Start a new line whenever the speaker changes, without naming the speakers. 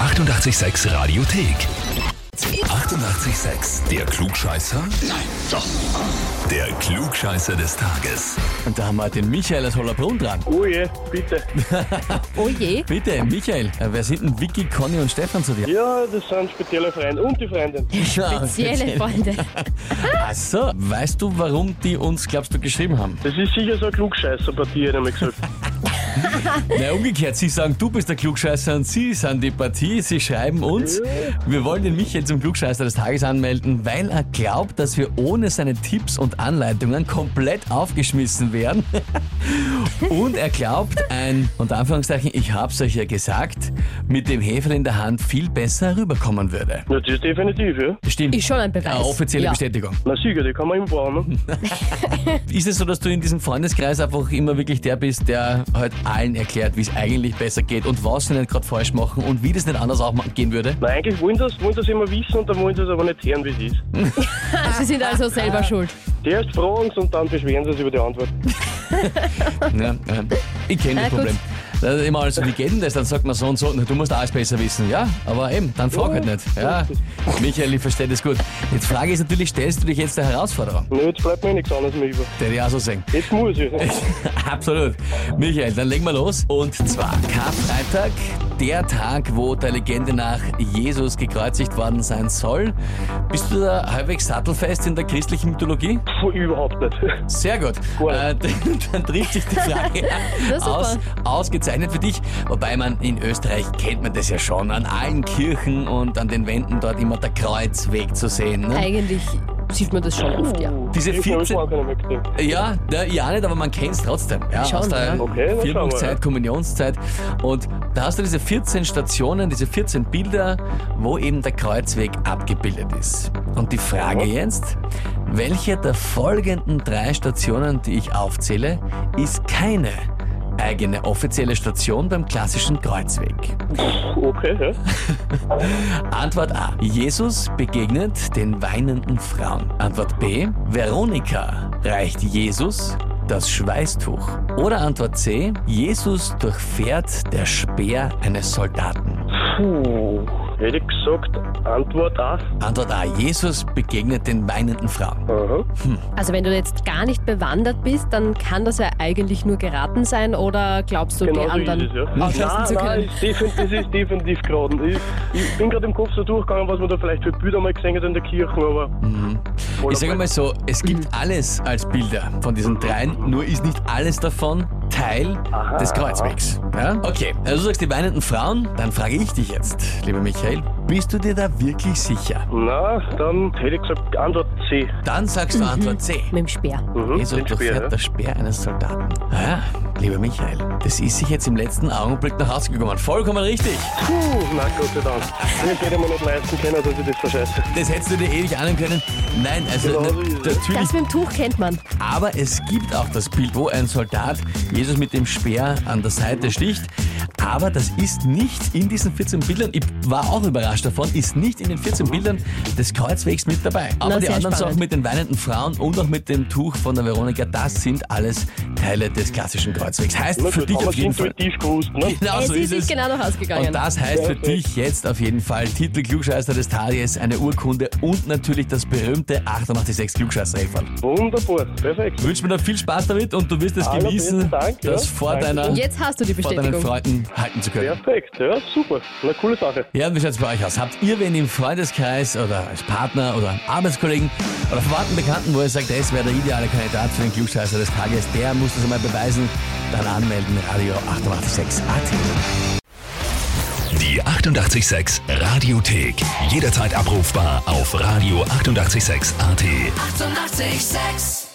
886 Radiothek. 88,6. Der Klugscheißer? Nein, doch. Der Klugscheißer des Tages.
Und da haben wir den Michael aus Hollerbrunn dran.
Oh je, bitte.
Oh je.
Bitte, Michael, äh, wer sind denn Vicky, Conny und Stefan zu dir?
Ja, das sind spezielle Freunde und die Freundin.
Ja,
Spezielle Freunde.
Achso, weißt du, warum die uns, glaubst du, geschrieben haben?
Das ist sicher so eine Klugscheißerpartie, hätte ich mir gesagt.
Na, umgekehrt, sie sagen, du bist der Klugscheißer und sie sind die Partie, sie schreiben uns. Wir wollen den Michael zum Klugscheißer des Tages anmelden, weil er glaubt, dass wir ohne seine Tipps und Anleitungen komplett aufgeschmissen wären. Und er glaubt, ein, unter Anführungszeichen, ich hab's euch ja gesagt, mit dem Hefer in der Hand viel besser rüberkommen würde.
Ja, das ist definitiv, ja.
Stimmt.
Ist schon ein Beweis.
Eine offizielle
Ja.
Bestätigung.
Na sicher, die kann man immer brauchen.
Ist es so, dass du in diesem Freundeskreis einfach immer wirklich der bist, der halt allen erklärt, wie es eigentlich besser geht und was sie nicht gerade falsch machen und wie das nicht anders auch ma- gehen würde?
Na, eigentlich wollen das, wollen das immer wissen und dann wollen sie es aber nicht hören, wie es ist.
Sie sind also selber
Ah.
schuld.
Erst fragen sie und dann beschweren sie sich über die Antwort.
Ja, ja. Ich kenne das
gut.
Problem. Da ist Immer also, wie geht denn das? Dann sagt man so und so, na, du musst alles besser wissen. Ja, aber eben, dann frag halt nicht. Ja, Michael, ich verstehe das gut. Jetzt Frage ist natürlich, stellst du dich jetzt der Herausforderung?
Na, jetzt bleibt mir nichts anderes mehr über.
Der ich auch so sehen.
Jetzt muss ich.
Absolut. Michael, dann legen wir los. Und zwar Karfreitag, der Tag, wo der Legende nach Jesus gekreuzigt worden sein soll. Bist du da halbwegs sattelfest in der christlichen Mythologie?
Puh, überhaupt nicht.
Sehr gut.
Gut.
Äh, dann, dann trifft sich die Frage
Na, super.
aus, ausgezeichnet für dich. Wobei man in Österreich kennt man das ja schon. An allen Kirchen und an den Wänden dort immer der Kreuzweg zu sehen. Ne?
Eigentlich sieht man das schon oft, ja.
Diese
Ich habe
14
schon auch keiner mehr gesehen.
Ja, na, ja nicht, aber man kennt's trotzdem. Ja,
Schon,
aus der
Okay,
ja.
dann schauen wir,
Firmungszeit,
ja.
Kommunionszeit. Und da hast du diese 14 Stationen, diese 14 Bilder, wo eben der Kreuzweg abgebildet ist. Und die Frage jetzt, welche der folgenden drei Stationen, die ich aufzähle, ist keine eigene offizielle Station beim klassischen Kreuzweg?
Okay, ja.
Antwort A. Jesus begegnet den weinenden Frauen. Antwort B. Veronika reicht Jesus das Schweißtuch. Oder Antwort C. Jesus durchfährt der Speer eines Soldaten.
Puh, hätte ich gesagt, Antwort A.
Antwort A. Jesus begegnet den weinenden Frauen.
Aha.
Oh.
Also wenn du jetzt gar nicht bewandert bist, dann kann das ja eigentlich nur geraten sein oder glaubst du, die
Genau so ist
anderen
es, ja.
auslassen zu
nein,
können?
ist definitiv, das ist definitiv geraten. Ich, ich bin gerade im Kopf so durchgegangen, was man da vielleicht für Bilder mal gesehen hat in der Kirche, aber... Voll
Mhm. Ich sage
dabei.
mal so, es gibt alles als Bilder von diesen dreien, nur ist nicht alles davon Teil des Kreuzwegs. Ja? Okay, also du sagst die weinenden Frauen, dann frage ich dich jetzt, lieber Michael, bist du dir da wirklich sicher?
Na, dann hätte ich gesagt, Antwort C.
Dann sagst du Antwort C.
Mit dem Speer.
Mhm,
Jesus
den Speer, ja.
durchfährt der Speer eines Soldaten. Ja, lieber Michael, das ist sich jetzt im letzten Augenblick nach Hause gekommen. Vollkommen richtig.
Puh, na Gott sei Dank. Ich hätte mir nicht leisten können, dass ich das verscheiße.
Das hättest du dir eh nicht annehmen können. Nein, also
Genau
na,
so ist es.
natürlich
Das mit dem Tuch kennt man.
Aber es gibt auch das Bild, wo ein Soldat Jesus mit dem Speer an der Seite sticht. Aber das ist nicht in diesen 14 Bildern, ich war auch überrascht davon, ist nicht in den 14 Bildern des Kreuzwegs mit dabei. Aber
Na,
die
sehr
anderen
spannend.
Sachen mit den weinenden Frauen und auch mit dem Tuch von der Veronika, das sind alles Teile des klassischen Kreuzwegs. Heißt
Na
für
gut,
dich
haben
auf
wir
jeden Fall.
intuitiv gewusst, ne?
Genau
es
so
ist,
ist es.
nicht genau noch ausgegangen.
Und das heißt für
Perfekt.
dich jetzt auf jeden Fall Titel Klugscheißer des Tages, eine Urkunde und natürlich das berühmte 886 klugscheißer -Eferl.
Wunderbar, perfekt.
Ich wünsche mir noch viel Spaß damit und du wirst es
Allerbesten
genießen,
Dank, ja.
das vor,
Danke.
deiner,
Jetzt hast du die
vor deinen
Bestätigung.
Freunden halten zu können.
Perfekt, ja, super. Na, coole Sache.
Ja, und wie schaut's bei euch aus? Habt ihr wen im Freundeskreis oder als Partner oder Arbeitskollegen oder Verwandten, Bekannten, wo ihr sagt, das wäre der ideale Kandidat für den Klugscheißer des Tages, der muss das einmal beweisen, dann anmelden, Radio 886 AT.
Die 88,6 Radiothek. Jederzeit abrufbar auf radio886.at. 88,6.
Eighty-eight, sex.